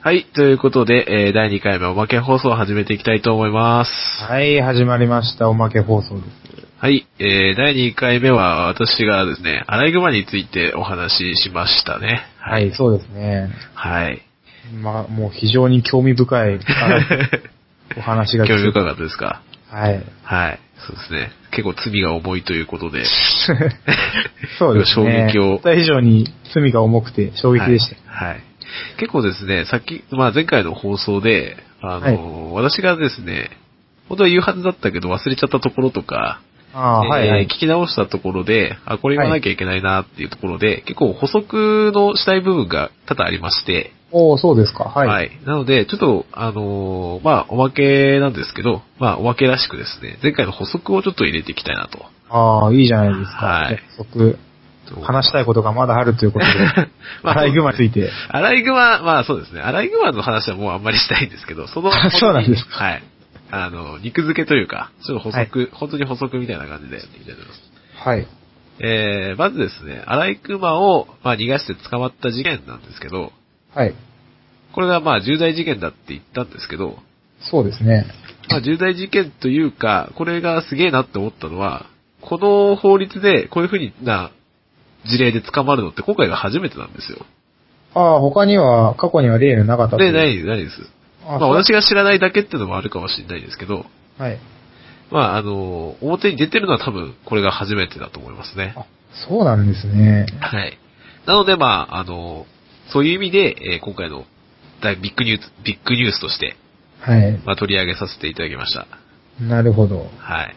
はい、ということで、えー第2回目おまけ放送を始めていきたいと思います。はい、始まりました。おまけ放送です。はい、えー第2回目は私がですね、アライグマについてお話ししましたね。はい、そうですね。はい。まあ、もう非常に興味 深いお話興味が深い。かったですかはい。はい。そうですね。結構罪が重いということで。そうです衝ね。撃を思った以上に罪が重くて衝撃でした。はい。はい結構ですね、さっき、まあ前回の放送で、あの、私がですね、本当は夕飯だったけど忘れちゃったところとか、ああ、えーはい、はい。聞き直したところで、あ、これ言わなきゃいけないなっていうところで、結構補足のしたい部分が多々ありまして、おおそうですか。はい。なので、ちょっと、あのーまあ、おまけなんですけど、まあ、おまけらしくですね、前回の補足をちょっと入れていきたいなと。ああ、いいじゃないですか。はい早速、話したいことがまだあるということで、 まあアライグマについて。、アライグマ、まあそうですね。アライグマの話はもうあんまりしたいんですけど、その そうなんですかはい。あの、肉付けというか、ちょっと補足、本当に補足みたいな感じでやっていきたいと思います。はい。えー、まずですね、アライグマを、まあ、逃がして捕まった事件なんですけど、はい。これがまあ重大事件だって言ったんですけど、そうですね。まあ重大事件というか、これがすげえなって思ったのは、この法律でこういうふうな事例で捕まるのって今回が初めてなんですよ。ああ、他には、過去には例がなかったといで、うない、ないです。あまあ、あそう私が知らないだけっていうのもあるかもしれないですけど、はい。まああの、表に出てるのは多分これが初めてだと思いますね。あ、そうなんですね。はい。なのでまああの、そういう意味で、えー今回の大ビッグニュース、ビッグニュースとして、はい。まあ取り上げさせていただきました。なるほど。はい。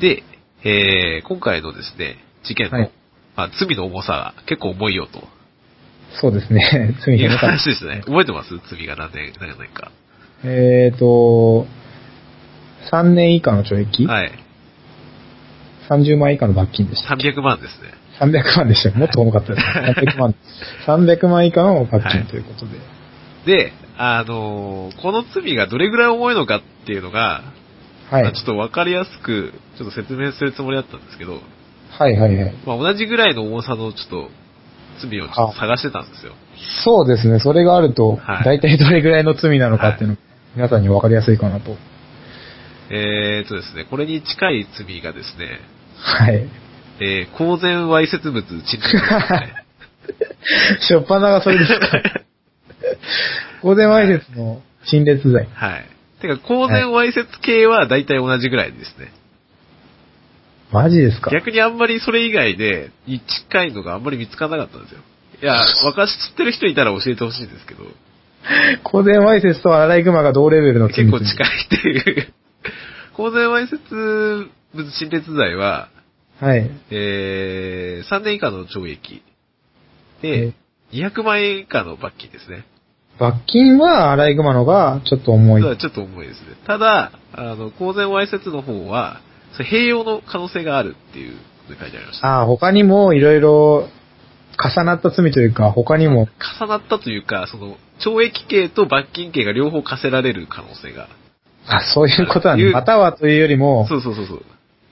で、えー今回のですね、事件の、はいまあ罪の重さが結構重いよと。そうですね。 罪いうがなかっ話ですね。覚えてます罪が何年、何年か。た。えっ、ー、と、3年以下の懲役、はい。 30万以下の罰金でした。 300万ですね。 300万でした。もっと重かったです。300万。300万以下の罰は金いということで。で、あのーこの罪がどれぐらい重いのかっていうのが、はい。まあちょっとわかりやすく、ちょっと説明するつもりだったんですけど、はいはいはい。まあ、同じぐらいの重さのちょっと、罪をちょっと探してたんですよ。そうですね。それがあると、はい大体どれぐらいの罪なのかっていうの、皆さんに分かりやすいかなと。えーとですね、これに近い罪がですね、 はい。えー、公然わいせつ物侵入ですね。しょっぱながそれで すか。公然わいせつの陳列罪。はい。てか、公然わいせつ系は大体同じぐらいですね。マジですか逆にあんまりそれ以外で、に近いのがあんまり見つからなかったんですよ。いや、私知ってる人いたら教えてほしいんですけど、公然わいせつとアライグマが同レベルの罪結構です近いっていう。 公然わいせつ物侵列罪は、はい。えー、3年以下の懲役。えで、200万円以下の罰金ですね。罰金はアライグマのがちょっと重い。ただちょっと重いですね。ただ、あの、公然わいせつの方は、それ併用の可能性があるっていうので書いてありました。ああ、他にもいろいろ重なった罪というか、他にも、重なったというか、その、懲役刑と罰金刑が両方課せられる可能性が。あそういうことなんいだ。うまたはというよりも、そうそうそうそう。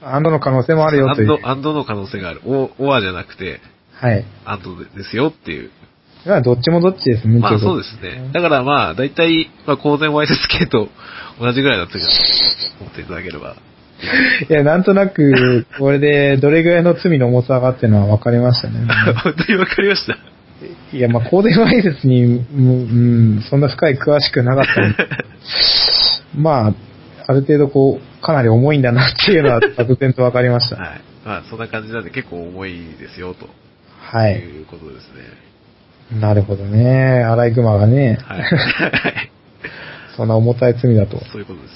アンドの可能性もあるよアといンうド。、アンドの可能性がある。オオアじゃなくて、はい。アンドですよっていう。だからどっちもどっちですね。まあそうす。ですね。だからまあ、大体、まあ、公然わいせつ系と同じぐらいだったけど、思っていただければ。いや、なんとなく、これでどれぐらいの罪の重さがっていうのは分かりました ね。本当にわかりました。いや、まあ、公然わいせつに、うん、うんそんな深い詳しくなかったん でまあ、ある程度こう、かなり重いんだなっていうのは、漠然と分かりまし た。はい。まあ、そんな感じなんで結構重いですよ、とはい。いうことですね。なるほどね。アライグマがね、はい。そんな重たい罪だと。そういうことです。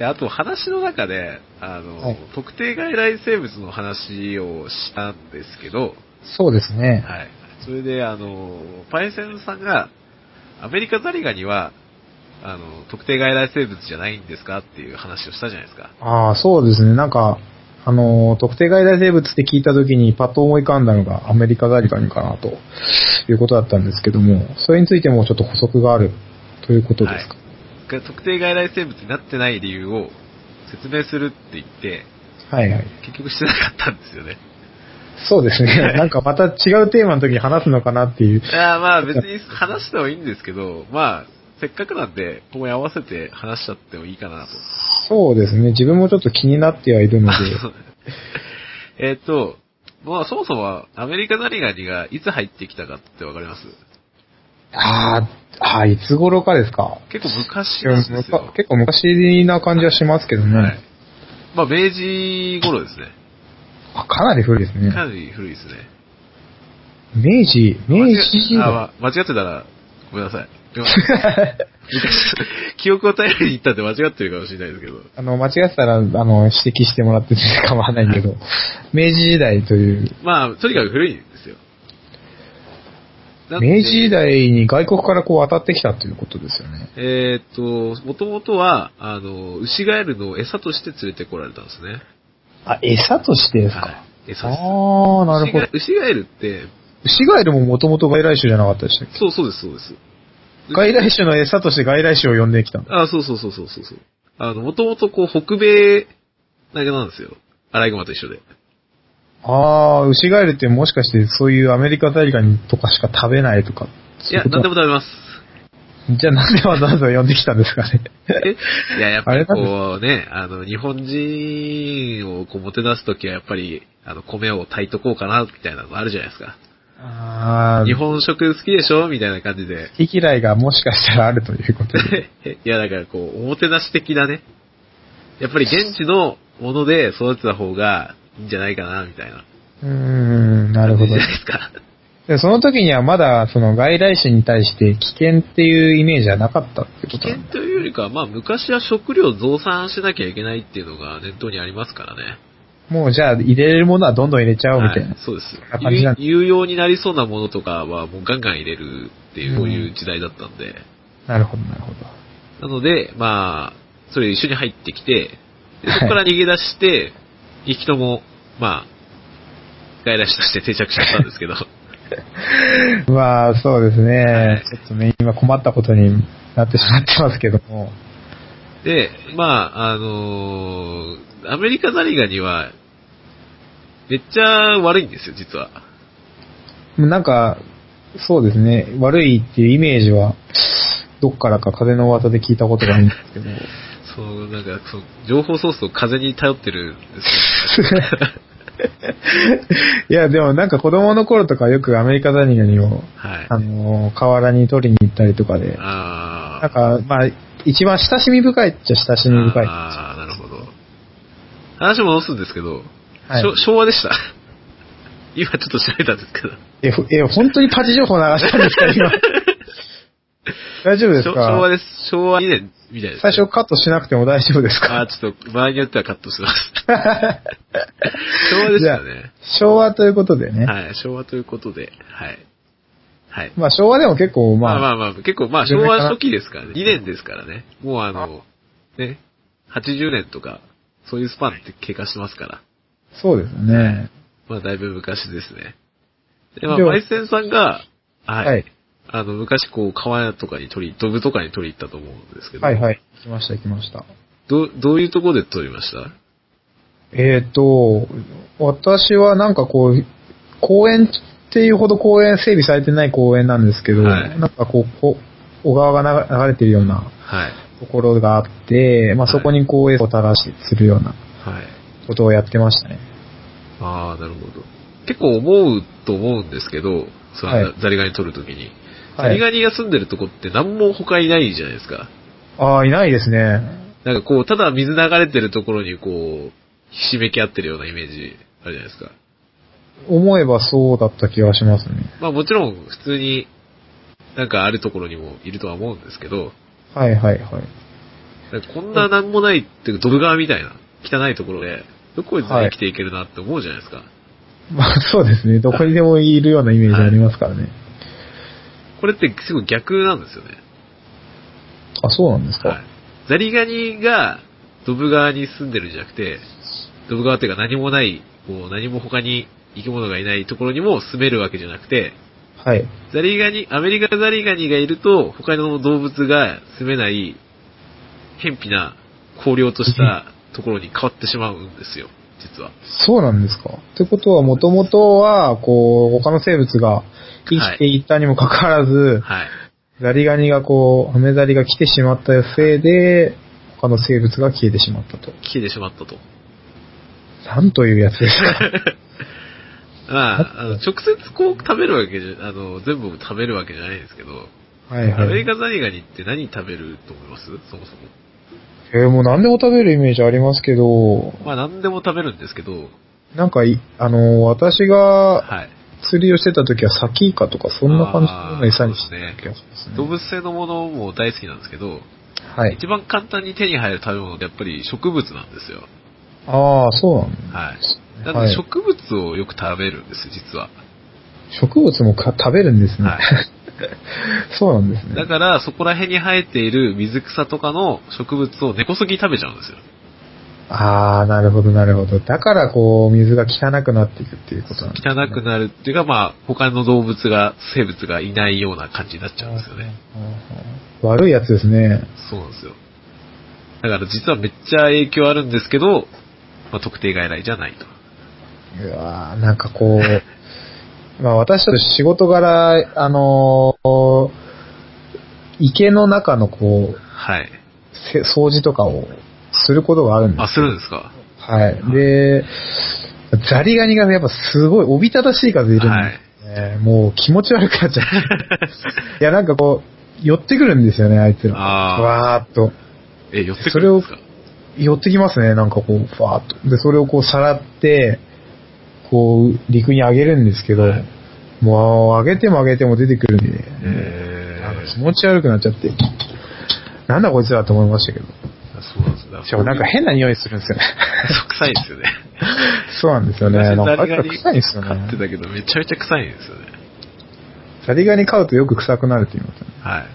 で、あと話の中で、あの、はい特定外来生物の話をしたんですけど、そうですね。はい。それで、あの、パイセンさんが、アメリカザリガニは、あの、特定外来生物じゃないんですかっていう話をしたじゃないですか。ああ、そうですね。なんか、あのー特定外来生物って聞いた時にパッと思い浮かんだのがアメリカザリガニかなということだったんですけども、それについてもちょっと補足があるということですか。が特定外来生物になってない理由を説明するって言って、はい、はい、結局してなかったんですよね。そうです ね。なんかまた違うテーマの時に話すのかなっていう。いや、まあ別に話してもいいんですけど、まあ、せっかくなんで、ここに合わせて話しちゃってもいいかなと。そうですね。自分もちょっと気になってはいる ので。 えっと、まあそもそもアメリカザリガニがいつ入ってきたかってわかりますあーあー、いつ頃かですか。結構昔なんですよ。結構昔な感じはしますけどね。はい。まあ明治頃ですね。あかなり古いですね。かなり古いですね。明治、明治時代。あ、ま間違ってたら、ごめんなさい。でも 昔、記憶を頼りに行ったって間違ってるかもしれないですけど。あの、間違ってたら、あの、指摘してもらって全然構わないけど、明治時代という、まあ、とにかく古いんですよ。だって明治時代に外国からこう渡ってきたということですよね。えーっと、もともとは、あの、ウシガエルの餌として連れてこられたんですね。あ、餌としてですか。はい。餌です。ああ、なるほど。ウシガエルって、ウシガエルももともと外来種じゃなかったでしたっそうそうです、そうです。け外来種の餌として外来種を呼んできたんだ。あ、そうそうそうそうそうそう。あの、もともとこう、北米だけなんですよ。アライグマと一緒で。ああ、ウシガエルってもしかしてそういうアメリカ大ガニとかしか食べないとか。いや、なんでも。も食べます。じゃあなんでわざわざ呼んできたんですかね。 えいや、やっぱあれりなんですこうね、あの、日本人をこう、もてなすときはやっぱり、あの、米を炊いとこうかな、みたいなのあるじゃないですか。ああ、日本食好きでしょみたいな感じで。 好き嫌いがもしかしたらあるということで。いや、だからこう、おもてなし的なね。やっぱり現地のもので育てた方がいいんじゃないかな、みたいな。 うーん、なるほじ どゃな。いですか。でその時にはまだ、その外来種に対して危険っていうイメージはなかったって危ことなん険だ。というよりかは、まあ昔は食料増産しなきゃいけないっていうのが念頭にありますからね。もうじゃあ入れれるものはどんどん入れちゃおうみたいな。はい、そうですな感じなん。だ有有用になりそうなものとかはもうガンガン入れるっていう、うんそういう時代だったんで。なるほど、なるほど。なので、まあ、それ一緒に入ってきて、ではそいこから逃げ出して、一匹とも、まあ、外来種として 定着しちゃったんですけど。まあ、そうですはいね。ちょっとね、今困ったことになってしまってますけども。で、まあ、あのーアメリカザリガニは、めっちゃ悪いんですよ、実は。なんか、そうですね。悪いっていうイメージは、どっからか風の噂で聞いたことがあるんですけど。そう、なんか、そう情報ソースを風に頼ってるんですよ。 いや、でもなんか子供の頃とかよくアメリカザニガニを、はい。あの、河原に取りに行ったりとかで、あなんーか、まあ、一番親しみ深いっちゃ親しみ深い。はあー、なるほど。話戻すんですけど、いしょ昭和でした。 今ちょっと調べたんですけど。え、ほえ、本当にパチ情報流したんですか 今。大丈夫です昭昭和かです。昭和2年みたいです。最初カットしなくても大丈夫ですああ、かちょっと、場合によってはカットしてます。 昭和でしたね。昭和ということでね。はい、昭和ということで、はい。はい。まあ昭和でも結構、ままあ、あまあまあ、結構、まあ昭和初期ですからね。2年ですからね。もうあの、ね、80年とか、そういうスパンって経過してますから。そうですね。まあだいぶ昔ですね。で、まあ、ではマイセンさんが、はい。はいあの、昔こう、川とかに取り、ドブとかに取り行ったと思うんですけど。はいはい。来ました来ました。ど、どういうとこで取りましたえっ、と、私はなんかこう、公園っていうほど公園、整備されてない公園なんですけど、はいなんかこう、こう小川が流流れてるようなはい。ところがあって、まあはいそこにこう、餌を垂らしするようなはい。ことをやってましたね。ああ、なるほど。結構思うと思うんですけど、その、はいザリガニ取るときに。ザはリい。ガニが住んでるとこって何も他いないじゃないですか。ああ、いないですね。なんかこう、ただ水流れてるところにこう、ひしめき合ってるようなイメージあるじゃないですか。思えばそうだった気がしますね。まあもちろん普通になんかあるところにもいるとは思うんですけど、はいはいはい。 なんかこんななんもないっていうかドル川みたいな汚いところで、どこにでも生きていけるなって思うじゃないですか。まあそうですね。どこにでもいるようなイメージありますからね。これってすごい逆なんですよね。あ、そうなんですか。はい。ザリガニがドブ川に住んでるんじゃなくて、ドブ川っていうか何もない、こう何も他に生き物がいないところにも住めるわけじゃなくて、はい。ザリガニ、アメリカザリガニがいると、他の動物が住めない、偏僻な、荒涼としたところに変わってしまうんですよ。実は。そうなんですか。ってことは、もともとは、こう、他の生物が生きていたにもかかわらず、はい。ザリガニがこう、アメザリが来てしまったせいで、他の生物が消えてしまったと。消えてしまったと。 なんというやつですか。まあ、あの直接こう食べるわけじゃ、あの、全部食べるわけじゃないですけど、はいアメはリい。カザリガニって何食べると思いますそもそも。えーもう何でも食べるイメージありますけど、まあ何でも食べるんですけど、なんかい、あの、私がはい。釣りをしてた時はサキイカとかそんな感じの餌にしてた気がしますね。動物性のものも大好きなんですけど、はい。一番簡単に手に入る食べ物ってやっぱり植物なんですよ。ああ、そうなんだ。はい。なのはでい、植物をよく食べるんです、実は。植物もか食べるんですね。はい そうなんですだね。から、そこら辺に生えている水草とかの植物を根こそぎ食べちゃうんですよ。ああ、なるほど、なるほど。だから、こう、水が汚くなっていくっていうことなんですね。汚くなるっていうか、まあ、他の動物が、生物がいないような感じになっちゃうんですよね。うんうんうん。悪いやつですね。そうなんですよ。だから実はめっちゃ影響あるんですけど、まあ、特定外来じゃないと。うわーなんかこう、 まあ私ちょっと仕事柄、あのー池の中のこう、はい。せ掃除とかをすることがあるんであ、するんですかす。はい。で、ザリガニがやっぱすごいおびただしい数いるんですね。もう気持ち悪くなっ ちゃう。いや、なんかこう、寄ってくるんですよね、あいつら。あーわーっと。え、寄ってくるんですか寄ってきますね、なんかこう、ファーっと。で、それをこう、さらって、こう、陸に上げるんですけど、はいもう、上げても上げても出てくるんでね、えなんか気ー、持ち悪くなっちゃって、なんだこいつらと思いましたけど。そうなんですよ。しかもなんか変な匂いするんですよね。臭いですよね。 そうなんですよね。なん私かザリあいつガらニ臭いんですよ飼ってね。たけど、めちゃめちゃ臭いんですよね。ザリガニ飼うとよく臭くなるって言いますよね。はい。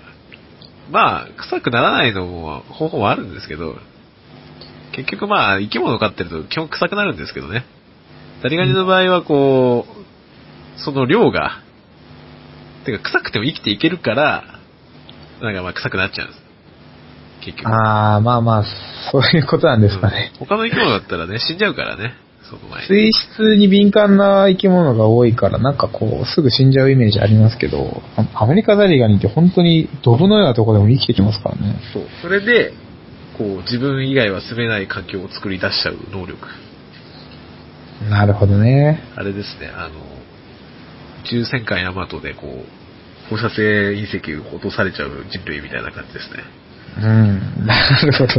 まあ、臭くならないのも方法はあるんですけど、結局まあ、生き物を飼ってると基本臭くなるんですけどね。ザリガニの場合はこう、その量が、てか臭くても生きていけるから、なんかまあ臭くなっちゃうんです。結局。あー、まあまあ、そういうことなんですかね。うん他の生き物だったらね、死んじゃうからね、その前に。水質に敏感な生き物が多いから、なんかこう、すぐ死んじゃうイメージありますけど、あアメリカザリガニって本当にドブのようなとこでも生きてきますからね。そう。それで、こう、自分以外は住めない環境を作り出しちゃう能力。なるほどね。あれですね、あの、宇宙戦艦ヤマトでこう、放射性隕石を落とされちゃう人類みたいな感じですね。うん。 なるほ ど。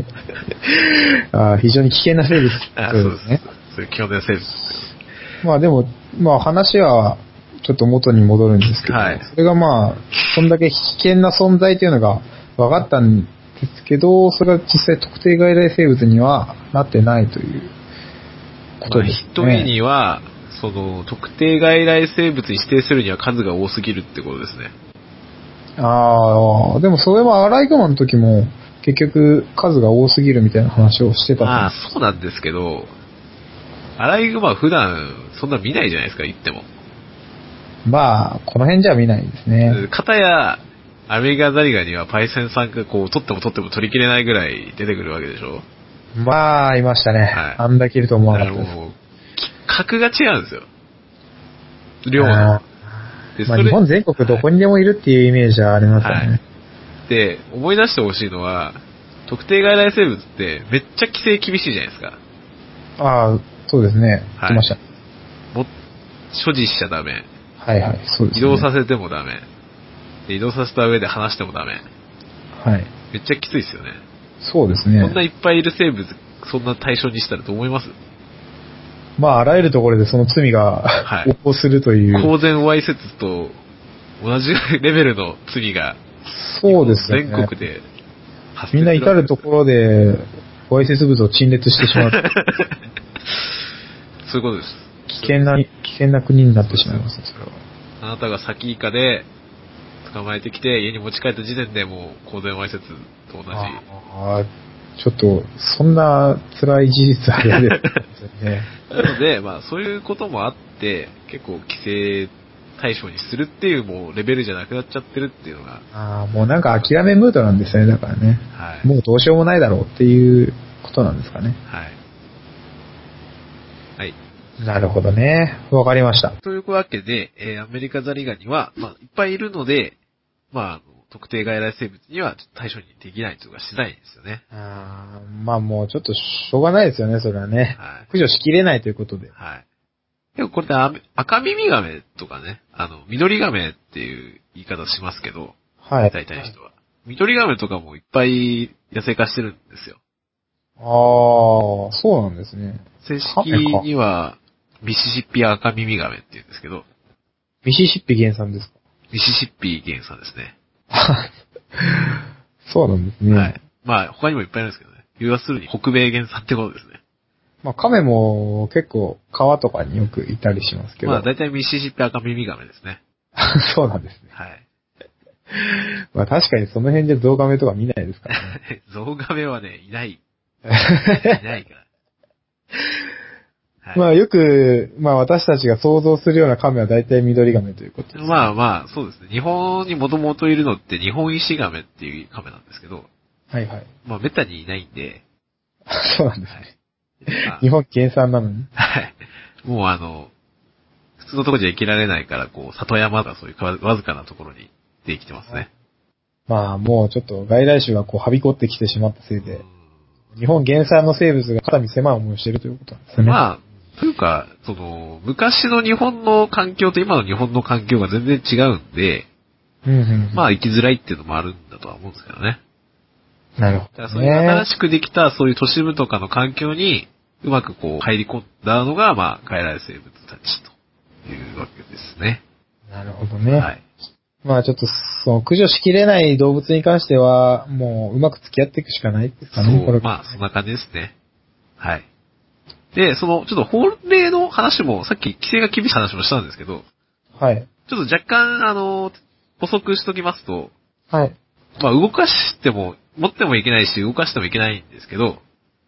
あー非常に危険な生物。あそうですね。。そういう基本的な生物ですまあでも、まあ話は、ちょっと元に戻るんですけど、はいそれがまあ、そんだけ危険な存在というのが分かったんですけど、それは実際特定外来生物にはなってないというこよ。とまあです一ね。人には、その、特定外来生物に指定するには数が多すぎるってことですね。ああ、でもそれはアライグマの時も、結局数が多すぎるみたいな話をしてたと思うまあ、そうなんですけど、アライグマは普段、そんな見ないじゃないですか、言っても。まあ、この辺じゃ見ないですね。かたや、アメリカザリガニはパイセンさんがこう、取っても取っても取りきれないぐらい出てくるわけでしょまあ、いましたね。はいあんだけいると思わだなかからったです。もう、格が違うんですよ。量あのー。でまあ、日本全国どこにでもいるっていうイメージはありますよね。はいで、思い出してほしいのは、特定外来生物ってめっちゃ規制厳しいじゃないですか。ああ、そうですね。はい来ました。も所持しちゃダメ。はいはい、そうです、ね。移動させてもダメ。で移動させた上で話してもダメ。はい。めっちゃきついですよね。そうですこんなね。いっぱいいる生物、そんな対象にしたらと思いますまあ、あらゆるところでその罪が、はい 横行するという。公然わいせつと同じレベルの罪が、そうですよね。全国で発生みんなする至わけでるすところで、わいせつ物を陳列して しまう。そういうことです。危険な、危険な国になってしまいますね、それは。あなたが先以下で捕まえてきて家に持ち帰った時点でもう公然わいせつと同じ。ああ、ちょっと、そんな辛い事実は嫌 ですね。なので、まあそういうこともあって、結構規制対象にするっていうもうレベルじゃなくなっちゃってるっていうのが、ああ、もうなんか諦めムードなんですね、だからね。はい。もうどうしようもないだろうっていうことなんですかね。はい。はい。なるほどね。わかりました。というわけで、えーアメリカザリガニは、まあ、いっぱいいるので、まああの、特定外来生物にはちょっと対象にできないというかしないんですよね。あーまあもうちょっとしょうがないですよね、それはね。はい。駆除しきれないということで。はい。でもこれであ赤耳ガメとかね、あの、緑ガメっていう言い方しますけど、はい。大体の人は。緑ガメとかもいっぱい野生化してるんですよ。ああ、そうなんですね。正式には、ミシシッピ赤耳ガメって言うんですけど、ミシシッピ原産ですかミシシッピ原産ですね。そうなんですね。はい。まあ、他にもいっぱいあるんですけどね。要するに北米原産ってことですね。まあ、亀も結構川とかによくいたりしますけど。まあ、大体ミシシッピ赤耳ガメですね。 そうなんですね。はい。 まあ、確かにその辺じゃゾウガメとか見ないですからね。ゾウガメはね、い ない。いないから。はい。まあ、よく、まあ、私たちが想像するような亀は大体緑亀ということです。まあまあ、そうですね。日本にもともといるのって日本石亀っていう亀なんですけど、はいはい。 まあめったにいないんで、そうなんです。はい。まあ日 本原産なのに。はい。もうあの、普通のところじゃ生きられないから、こう、里山がそういうかわわずかなところにできてますね。まあ、もうちょっと外来種がこう、はびこってきてしまったせいでう、日本原産の生物が肩身狭い思いをしているということなんですね。んまあ、というか、その、昔の日本の環境と今の日本の環境が全然違うんで、うんうんうん。まあ生きづらいっていうのもあるんだとは思うんですけどね。なるだかほらどそういう新ね。しくできた、そういう都市部とかの環境に、うまくこう、入り込んだのが、まあ、外来生物たちというわけですね。なるほどね。はい。まあちょっと、その、駆除しきれない動物に関しては、もう、うまく付き合っていくしかないでそすかね、これ。う、まあ、そんな感じですね。はい。で、その、ちょっと法令の話も、さっき規制が厳しい話もしたんですけど、はい。ちょっと若干、あの、補足しときますと、はい。まあ、動かしても、持ってもいけないし、動かしてもいけないんですけど、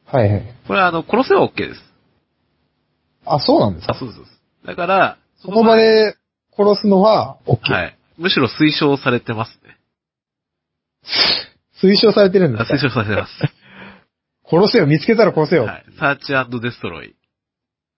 はいはい。これは、あの、殺せば OK です。あ、そうなんですあ、かそうですそうです。だから、その場で殺すのは、OK。はい。むしろ推奨されてますね。推奨されてるんであすか推奨されて ます。殺せよ、見つけたら殺せよ。はい。サーチデストロイ。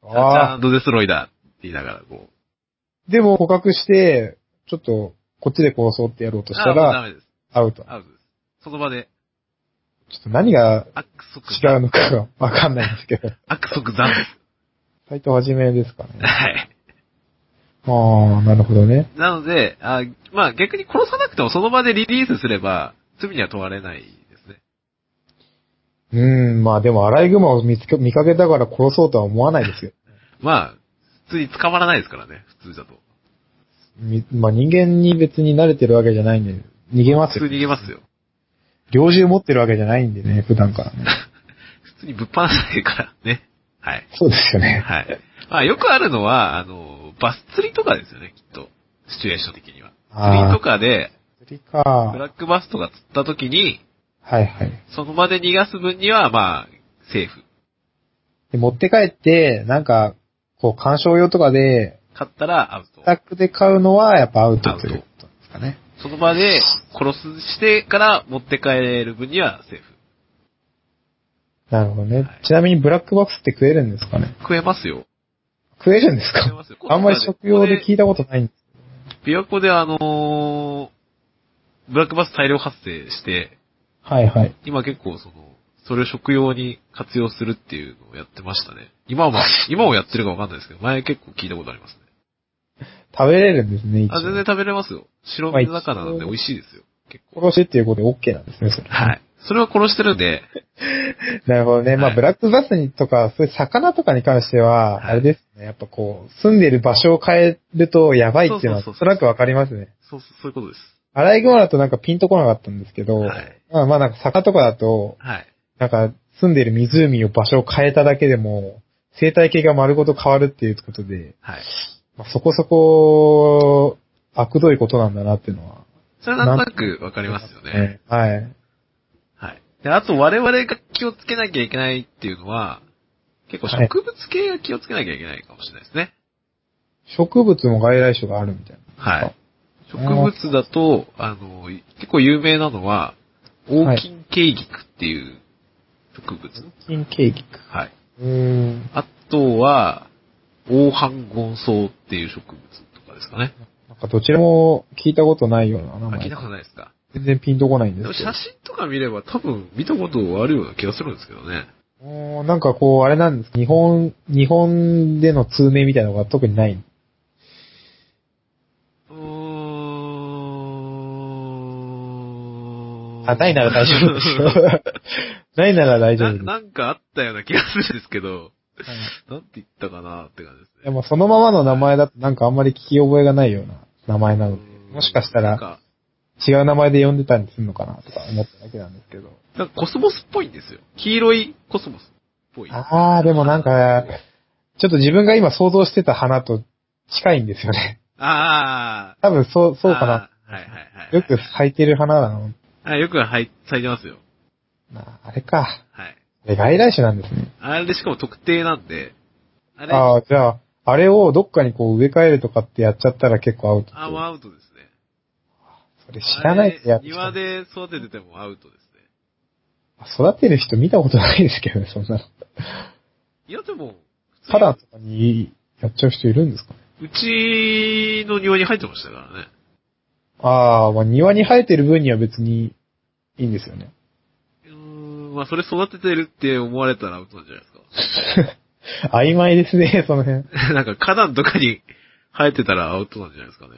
サああー。チデストロイだって言いながらこう。でも、捕獲して、ちょっと、こっちで殺そうってやろうとしたあもうダら、メです。アウト。ちょアウトです。その場で、っと何が悪即違うのかがわかんないんですけど。悪即残です。斎藤はじめですかね。はい。ああ、なるほどね。なので、あまあ逆に殺さなくてもその場でリリースすれば、罪には問われないですね。うーん、まあでも、アライグマを見つけ、見かけたから殺そうとは思わないですよ。まあ、普通に捕まらないですからね、普通だと。みまあ人間に別に慣れてるわけじゃないんで、逃げます普通逃よ。げますよ。猟銃持ってるわけじゃないんでね、普段からね。普通にぶっ放さないからね。はい。そうですよね。はい。まあよくあるのは、あの、バス釣りとかですよね、きっと。シチュエーション的には。釣りあとかで、ー釣りか。ブラッはクバスとか釣った時に、いはい。その場で逃がす分には、まあ、セーフ。で、持って帰って、なんか、こう、鑑賞用とかで、勝ったらアウトス。タックで買うのは、やっぱアウトアウとトいうことですかね。その場で殺すしてから持って帰れる分にはセーフ。なるほどね。はいちなみに、ブラックバックスって食えるんですかね食えますよ。食えるんです食えか。ますよあんまり食用で聞きいたことないんで琵琶湖であのーブラックバス大量発生して、はいはい。今結構その、それを食用に活用するっていうのをやってましたね。今は、今もやってるかわかんないですけど、前結構聞いたことありますね。食べれるんですね、一あ、全応然。食べれますよ。白身魚なんで美味しいですよ。結構。殺しっていうことで OK なんですね、それ。はい。それは殺してるんで、 なるほどね。まはあ、いブラックバスにとか、そういう魚とかに関しては、はいあれですね。やっぱこう、住んでいる場所を変えるとやばいっていうのは、そうそうそうそらくわかりますね。そう、そうそういうことです。アライグマだとなんかピンとこなかったんですけど、はい。まあまあなんか坂とかだと、はい。なんか住んでいる湖を場所を変えただけでも、生態系が丸ごと変わるっていうことで、はい。まあ、そこそこ、悪どいことなんだなっていうのは。それはなんとなくわかりますよね。えはい。はい。で、あと我々が気をつけなきゃいけないっていうのは、結構植物系が気をつけなきゃいけないかもしれないですね。植物も外来種があるみたいはい。植そう物だと、あの、い結構有名なのは、は黄い金ケイギクっていう植物。な。金ケーキか。はい。うーん。あとは、黄斑ゴンソウっていう植物とかですかね。なんかどちらも聞いたことないような名あ、前聞いたことないですか。全然ピンとこないんででもすけ写ど。真とか見れば多分見たことあるような気がするんですけどね。もうなんかこう、あれなんです。日本、日本での通名みたいなのが特にない。うーん。あ、ないなら大丈 夫ですよ。ないなら大丈夫です。ななんかあったような気がするんですけど、はいなんて言ったかなって感じですでね。もそのままの名前だとなんかあんまり聞き覚えがないような名前なので、うんもしかしたなんらか、違う名前で呼んでたりするのかなとか思っただけなんですけど。なんかコスモスっぽいんですよ。黄色いコスモスっぽい。あー、でもなんか、ちょっと自分が今想像してた花と近いんですよね。ああ。多分そう、そうかな。あー。はいはいはい。よく咲いてる花なの。あよくはい、咲いてますよ。なあれか。はい。あれ外来種なんですね。あれでしかも特定なんで、あれ、あああ、じゃあ、あれをどっかにこう植え替えるとかってやっちゃったら結構アウト。ーもうアウトですね。それ知らないでやあっれちゃ庭った。で育てててもアウトですね。育てる人見たことないですけどね、そんなの。いやでも、普通花とかにやっちゃう人いるんですかうちの庭に入ってましたからね。ああ、まあ庭に生えてる分には別にいいんですよね。うーん、まあそれ育ててるって思われたらアウトなんじゃないですか。曖昧ですね、 その辺。なんか 花壇とかに生えてたらアウトなんじゃないですかね。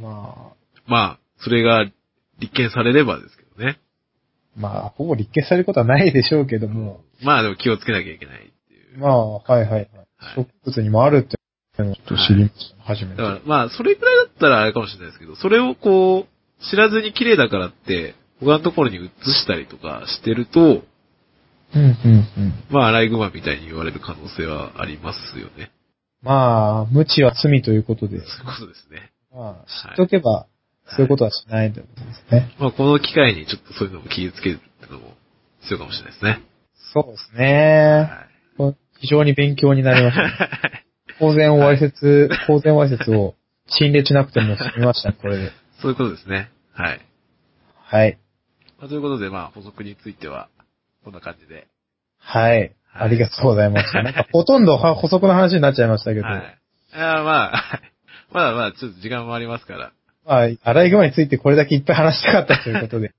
まあ、まあ、それが立件されればですけどね。まあ、ほぼ立件されることはないでしょうけども、まあでも気をつけなきゃいけないっていう。まあ、はいはいはい。はい植物にもあるっていうのをちょっと知りました、初めだて。からまあ、それくらいだったらあれかもしれないですけど、それをこう、知らずに綺麗だからって、他のところに移したりとかしてると、うんうんうん。まあ、アライグマみたいに言われる可能性はありますよね。まあ、無知は罪ということでそうい、うことですね。まあ、は知っいとけば、そういうことはしないということですね。まあ、この機会にちょっとそういうのも気をつけるってのも必要かもしれないですね。そうですね。はこれ非常に勉強になりました。 い。公然わいせつ、公然わいせつを陳列なくても済みましたね、これで。そういうことですね。はい。はい。まあ、ということで、まあ、補足については、こんな感じで。ははい。いありがとうございま した。なんかほとんどは補足の話になっちゃいましたけど、はい。あーまあ、 はいまだまだちょっと時間もありますから、まあ、アライグマについてこれだけいっぱい話したかったということ で。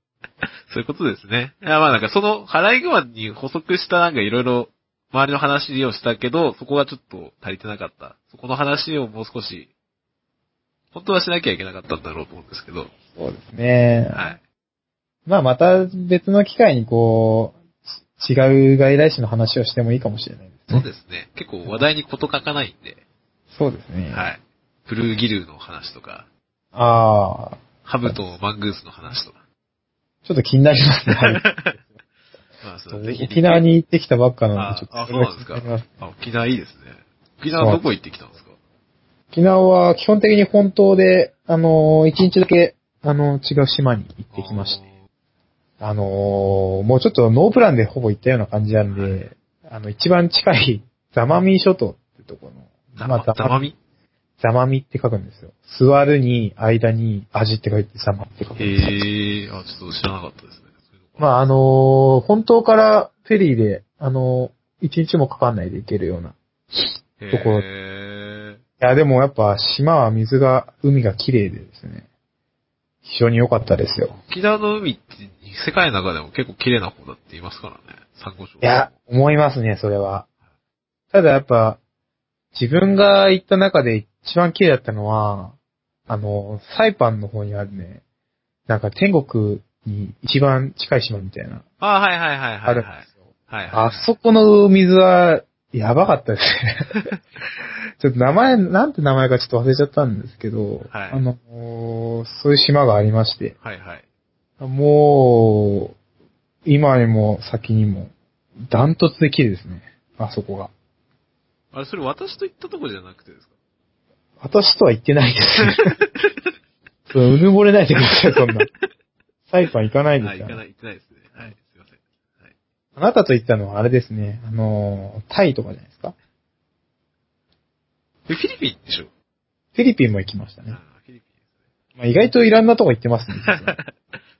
そういうことですね。いや、まあなんかその、ハライグマに補足したなんかいろいろ、周りの話をしたけど、そこがちょっと足りてなかった。そこの話をもう少し、本当はしなきゃいけなかったんだろうと思うんですけど、そうですね。はい。まあ、また別の機会にこう、ち違う外来種の話をしてもいいかもしれないですそね。うですね。結構話題に事欠かないんで、そうですね。はい。ブルーギルの話とか、ああ、ハブとマングースの話とか。ちょっと気になります ね。はい まあ、それぜひ沖縄に行ってきたばっかなので、ちょっあとそれがあそうなんです気かになります。あ、沖縄いいですね。沖縄どこ行ってきたんですか沖縄は基本的に本島で、あのー一日だけ、あのー違う島に行ってきました。あのーもうちょっとノープランでほぼ行ったような感じなんで、はいあの、一番近いザマミー諸島ってとこの、たま、たまみザマミって書くんですよ。座るに、間に、味って書いてザマって書くんへですよ。えー、あ、ちょっと知らなかったですね。そういうのがまあ、あのー本島からフェリーで、あのー一日もかかんないで行けるような。ところへいや、でもやっぱ島は水が、海が綺麗でですね、非常に良かったですよー。沖縄の海って世界の中でも結構綺麗な方だって言いますからね。サンゴ礁。いや、思いますね、それは。ただやっぱ、自分が行った中で一番綺麗だったのは、あの、サイパンの方にあるね、なんか天国に一番近い島みたいな、あ、はいはいはいはい、はい。あるんですよ。はいはい。あそこの水は、やばかったですね。 ちょっと名前、なんて名前かちょっと忘れちゃったんですけど、はいあの、そういう島がありまして、はいはい。もう、今にも先にも、ダントツで綺麗ですね。あそこが。あれ、それ私と行ったとこじゃなくてですか私とは言ってな いです。そううぬぼれないでください、そんな。サイパン行かないであ、すか。行からない、行ってないですね。はい、すいません。あなたと言ったのはあれですね。あのー、タイとかじゃないですか。え、フィリピンでしょフィリピンも行きましたね。あーフィリピンですまあ、意外といろんなとこ行ってま すね。実はね。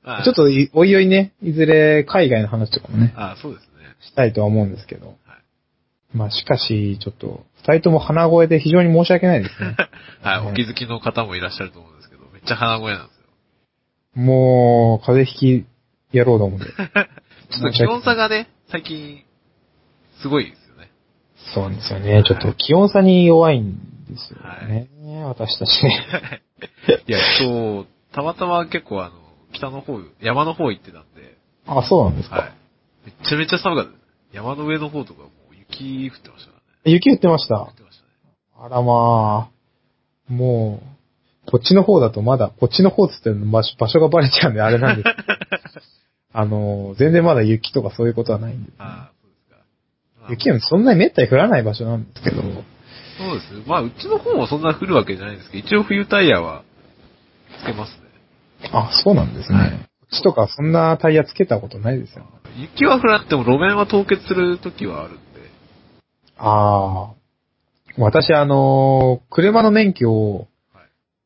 まあちょっ、とい、おいおいね、いずれ海外の話とかもね、あそうですね。したいとは思うんですけど。まあ、しかし、ちょっと、二人とも鼻声で非常に申し訳ないですね。はい、お気づきの方もいらっしゃると思うんですけど、めっちゃ鼻声なんですよ。もう、風邪ひきやろうと思って。ちょっと気温差がね、最近、すごいですよね。そうなんですよね。ちょっと気温差に弱いんですよね。私たちね。いや、そう、たまたま結構あの、北の方、山の方行ってたんで、 あ、そうなんですか。はい。めっちゃめちゃ寒かったです。山の上の方とかもう雪降ってましたからね。雪降ってまし降たっ。てましたね。あらまあ、もう、こっちの方だとまだ、こっちの方っつっても場所場所がバレちゃうんであれ なんですけどあの、全然まだ雪とかそういうことはないんで。ああ、そうですか。まあ雪はそんなに滅多に降らない場所なんですけど、そうですね。まあ、うちの方もそんな降るわけじゃないんですけど、一応冬タイヤはつけますね。あ、そうなんですね。こっちとかそんなタイヤつけたことないですよ。雪は降らなくても路面は凍結する時はあるんで。ああ。私、あのー車の免許をは、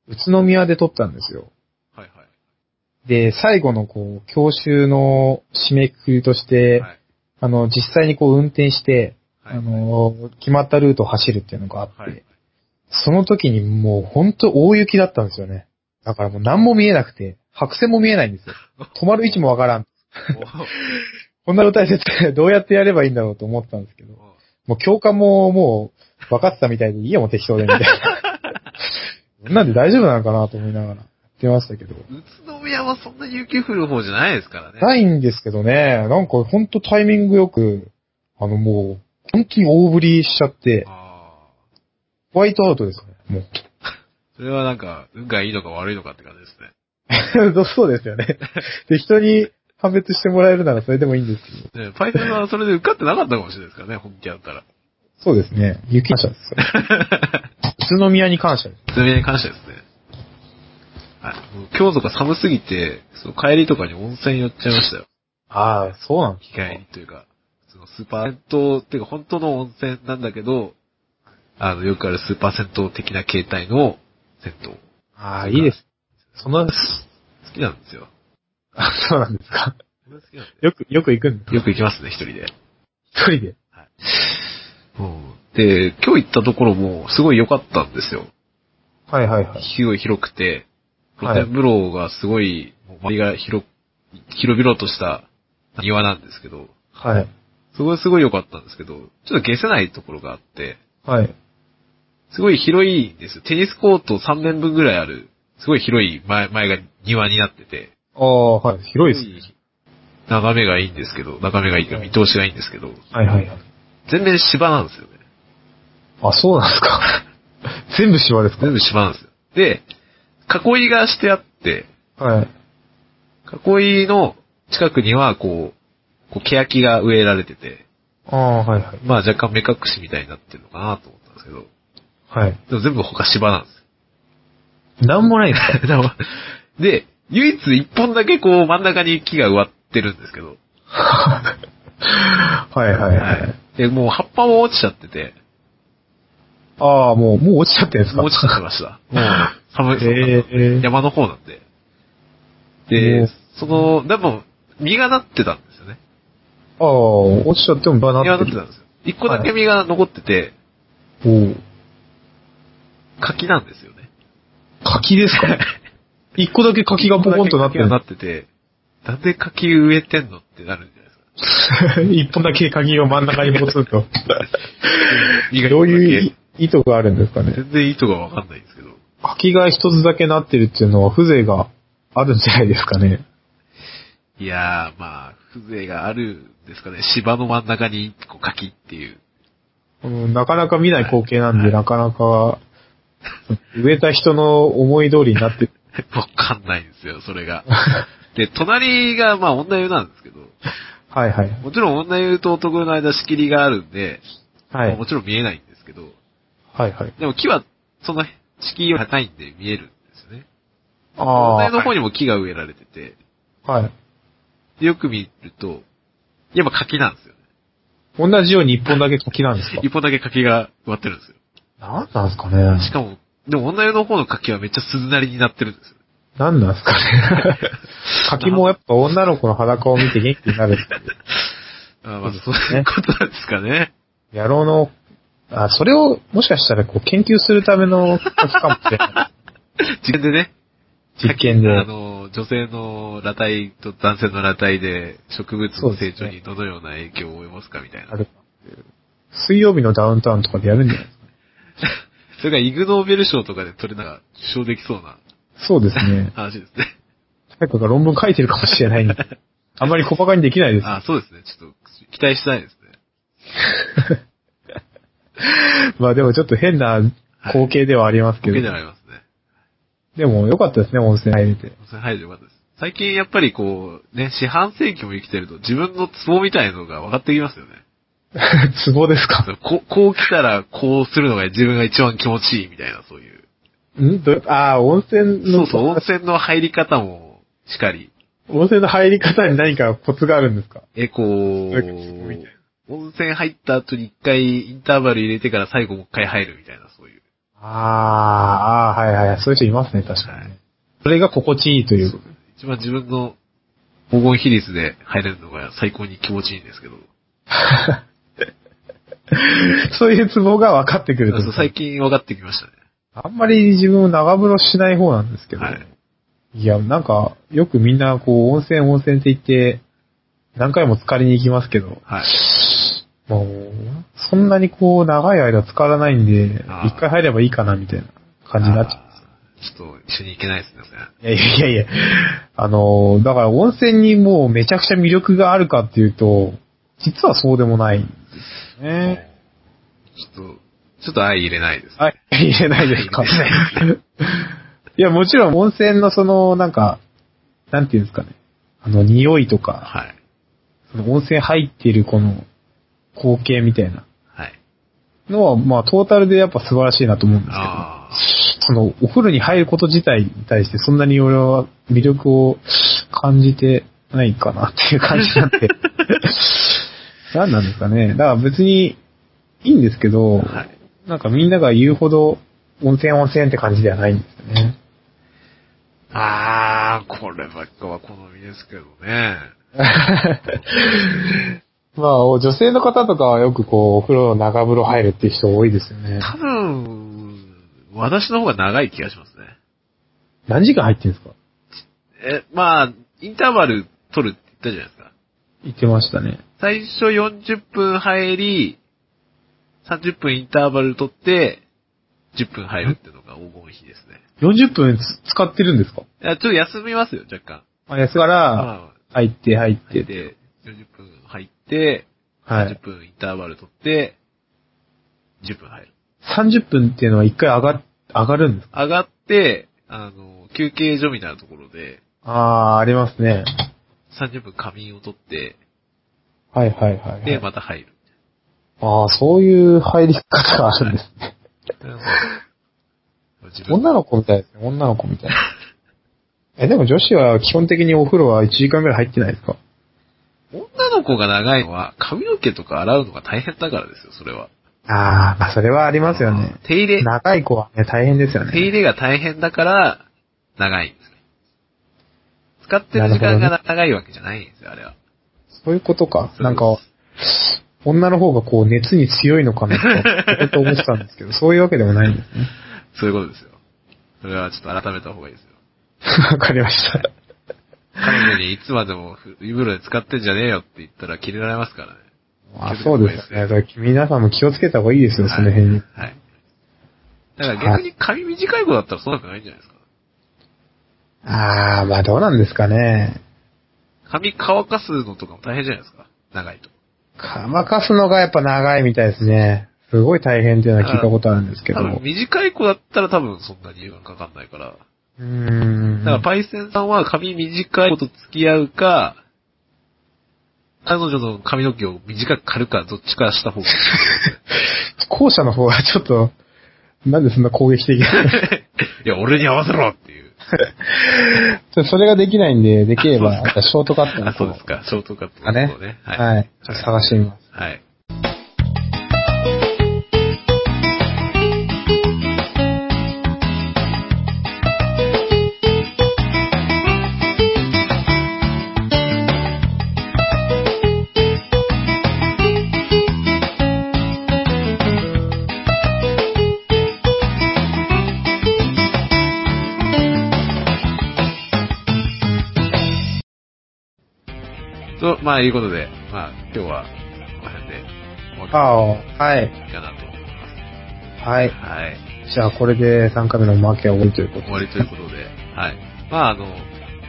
宇都宮で取ったんですよ。はいはい。で、最後のこう、教習の締めくくりとして、はい。あの、実際にこう運転して、はいあのー決まったルートを走るっていうのがあって、はい。その時にもう本当大雪だったんですよね。だからもう何も見えなくて、白線も見えないんですよ。止まる位置もわからん。こんな歌い説明 どうやってやればいいんだろうと思ったんですけど。おおもう教官ももう分かってたみたいで、いいよもう適当でみたいな。そんなんで大丈夫なのかなと思いながらやってましたけど。宇都宮はそんな雪降る方じゃないですからね。ないんですけどね、なんかほんとタイミングよく、あのもう、本当に大振りしちゃって、ああ。ホワイトアウトですね。それはなんか、運がいいのか悪いのかって感じですね。もう。 そうですよね。で、人に判別してもらえるならそれでもいいんですけど。ね、パイセンはそれで受かってなかったかもしれないですからね、本気だったら。そうですね。雪感謝ですよ。宇都宮に感謝です。ちなみに感謝ですね。はい。もう今日とか寒すぎて、その帰りとかに温泉寄っちゃいましたよ。ああ、そうなんで日帰りというか、そのスーパー銭湯っていうか本当の温泉なんだけど、あの、よくあるスーパー銭湯的な形態の銭湯。好ああ、いいです。その、きなんですよ。あそうなんですか。これ好きなんでよく、よく行くんです。よく行きますね、一人で。一人で。うんで、今日行ったところもすごい良かったんですよ。はいはいはい。すごい広くて、露はい天風呂がすごい、もう周りが広く、広々とした庭なんですけど、はい。すごいすごい良かったんですけど、ちょっと消せないところがあって、はい。すごい広いんですよ。テニスコート3面分ぐらいある、すごい広い前、前が庭になってて、ああ、はい。広いですね。すごい眺めがいいんですけど、眺めがいいか見通しがいいんですけど、はいはいはい。全面芝なんですよね。あ、そうなんですか。 全部芝ですか全部芝なんですよ。で、囲いがしてあって、はい。囲いの近くには、こう、こう、欅が植えられてて、ああ、はいはい。まあ若干目隠しみたいになってるのかなと思ったんですけど、はい。でも全部他芝なんですよなんもないです。 だからで、唯一一本だけこう真ん中に木が植わってるんですけど、 はいはいはい。で、もう葉っぱも落ちちゃってて、ああ、もう、もう落ちちゃってるんですかもう落ちちゃってました。もう寒い、えー山の方なんで。もでう、その、でも、実がなってたんですよね。ああ、落ちちゃってもバナ実がナなってたんですよ。一個だけ実が残ってて、おー柿なんですよね。柿ですか 一個だけ柿がポコンとなってる柿が。なってて、なんで柿植えてんのってなるんじゃないですか。 一本だけ鍵を真ん中に持つと。実がどういう意意図があるんですかね。全然意図がわかんないんですけど。柿が一つだけなってるっていうのは風情があるんじゃないですかね。いやー、まあ、風情があるんですかね。芝の真ん中にこう柿っていう。 うん、なかなか見ない光景なんで、なかなか、植えた人の思い通りにな ってる。わかんないんですよ、それ が。で、隣が、まあ、女湯なんですけど、はいはい。もちろん女湯と男湯の間仕切りがあるんで、はまあいも。ちろん見えないんですけど、はいはい。でも木は、その仕切りは高いんで見えるんですよね。あ女あ湯の方にも木が植えられてて、ー。はい。でよく見ると、やっぱ柿なんですよね。同じように一本だけ柿なんですか一本だけ柿が植わってるんですよ。なんなんですかねしかも、でも女湯の方の柿はめっちゃ鈴なりになってるんですよ。なんなんですか ね柿もやっぱ女の子の裸を見て元気になるっていう。あーまあ、そうですそうねいうことなんですかね。野郎の、あ、それをもしかしたらこう研究するための時かもしれない。実験でね。実験であの、女性の裸体と男性の裸体で植物の成長にどのような影響を及ぼすかみたいな。 ある水曜日のダウンタウンとかでやるんじゃないそれがイグノーベル賞とかでそれなんか受賞できそうな。そうです ね話ですね。誰かが論文書いてるかもしれないんで。 あんまり小馬鹿にできないです。あ、そうですね。ちょっと期待したいですね。まあでもちょっと変な光景ではありますけボケど。じゃありますね。でも良かったですね、温泉入れて。それ入るよかったです。最近やっぱりこう、ね、四半世紀も生きてると自分のツボみたいのが分かってきますよね。ツボですかこう、こう来たらこうするのが自分が一番気持ちいいみたいなそういう。んどああ、温泉そのうそう、温泉の入り方もしっかり。温泉の入り方に何かコツがあるんですかえ、こう、温泉入った後に一回インターバル入れてから最後もう一回入るみたいなそういう。ああー、ああ、はいはい。そういう人いますね、確かに。はいそれが心地いいという。一番自分の黄金比率で入れるのが最高に気持ちいいんですけど。そういうツボが分かってくるとそう最近分かってきましたね。あんまり自分も長風呂しない方なんですけど。はい。いや、なんか、よくみんな、こう、温泉温泉って言って、何回も浸かりに行きますけど、はい。もう、そんなにこう、長い間浸からないんであー、一回入ればいいかな、みたいな感じになっちゃう。ちょっと一緒に行けないですね。いやいやいやいや、あのー、だから温泉にもうめちゃくちゃ魅力があるかっていうと、実はそうでもないんですよね。ちょっと、ちょっと相入れないです。はい、言え ないですか言えな。いや、もちろん温泉のその、なんか、なんていうんですかね。あの、匂いとか、はい。その温泉入ってるこの光景みたいなはい。のは、まあトータルでやっぱ素晴らしいなと思うんですけど、あそのお風呂に入ること自体に対してそんなに俺は魅力を感じてないかなっていう感じなん で、何なんですかね。だから別にいいんですけど、あ。はい。なんかみんなが言うほど温泉温泉って感じではないんですよね。 ああ、こればっかは好みですけどね。まあ、女性の方とかはよくこう、お風呂、長風呂入るっていう人多いですよね。多分、私の方が長い気がしますね。何時間入ってるんですかえ、まあ、インターバル取るって言ったじゃないですか。言ってましたね。最初40分入り、30分インターバル取って、10分入るっていうのが黄金比ですね。 40分つ使ってるんですかいや、ちょっと休みますよ、若干。あ、安から、まあ、入って入っ入て。って、40分入って、は10い。分インターバル取って、10分入る。 30分っていうのは一回上が、上がるんですか上がって、あの、休憩所みたいなところで、あー、ありますね。 30分仮眠を取って、はいはいはい、はい。で、また入 る。あー、そういう入り方があるんです ね。自分女の子みたいですね。女の子みたいな。 え、でも女子は基本的にお風呂は1時間ぐらい入ってないですか女の子が長いのは、髪の毛とか洗うのが大変だからですよ、それは。あー、まあそれはありますよね。手入れ、長い子はね、大変ですよ手入ね。れが大変だから、長いんですよ。使ってる時間が長いわけじゃないんですよ、あれは。そういうことか。なんそうかで、女の方がこう熱に強いのかなと、と思ってた んですけど、そういうわけでもないんですね。すそういうことですよ。それはちょっと改めた方がいいですよ。わかりました。彼女にいつまでも湯風呂で使ってんじゃねえよって言ったら切れられますからね。あそうですよね。だから皆さんも気をつけた方がいいですよ、はいその辺に。はい。だから逆に髪短い子だったらそうなくないんじゃないですか。あー、まあどうなんですかね。髪乾かすのとかも大変じゃないですか。長いと。乾かすのがやっぱ長いみたいですね。すごい大変っていうのは聞いたことあるんですけど。多分う短い子だったら多分そんなに時間かかんないから。ーん。だからパイセンさんは髪短い子と付き合うか、彼女の髪の毛を短く刈るか、どっちかした方 がいい。後者の方はちょっと、なんでそんな攻撃的な。いや、俺に合わせろっていう。ちょ それができないんで、できれば、あそうですかショートカットのあ、方そうですか。ショートカットかのね方。ね。はい。ちょっと探してみます。はい。と、まあ、いうことで、まあ、今日は、この辺で、お別れああ、はい。かなと思います。はい。はい。じゃあ、これで3回目のおまけは終わりということ終わりということで、はい。まあ、あの、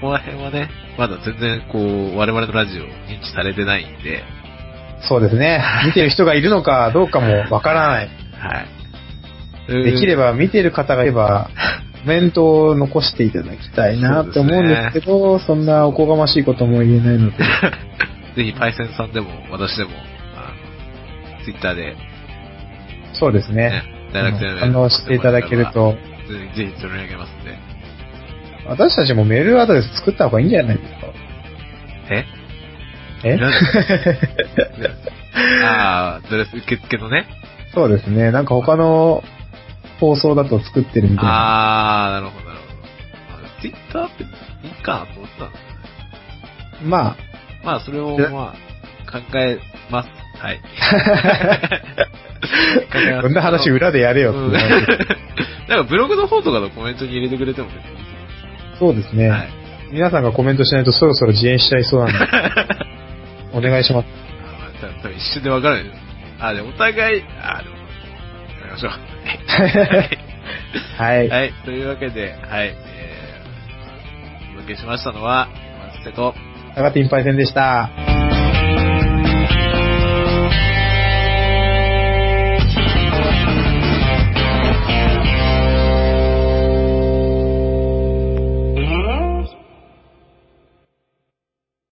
この辺はね、まだ全然、こう、我々のラジオ認知されてないんで、そうです ね。見てる人がいるのかどうかもわからない。はい。できれば、ば見てる方がいれば、コメントを残していただきたいなって思うんですけど、そんなおこがましいことも言えないので。ぜひ、パイセンさんでも、私でも、あの、ツイッターで、そうですねね。、ダイレクトで反応していただける。と、ぜひ、ぜひ取り上げますんで。私たちもメールアドレス作った方がいいんじゃないですかええ ああ、ドレス受付のね。そうですね。なんか他の放送だと作ってるみたいな。ああ、なるほど、なるほど。ツイッターっていいかなと思ってたんですよね。まあ、まあ、それを、えまあ、考えます。 はい。考えますこんな話裏でやれよってうんななんるかブログの方とかのコメントに入れてくれても別にいいですそうですね、よはい。皆さんがコメントしないとそろそろ遅延しちゃいそうなんで。 お願いします。あーた多分一瞬でわからないです。あー、でもお互い、あー、でも、やりまし ょう。はい。はい、というわけで、はい、えー、お届けしましたのは、マステと、タガティンパイセンでした。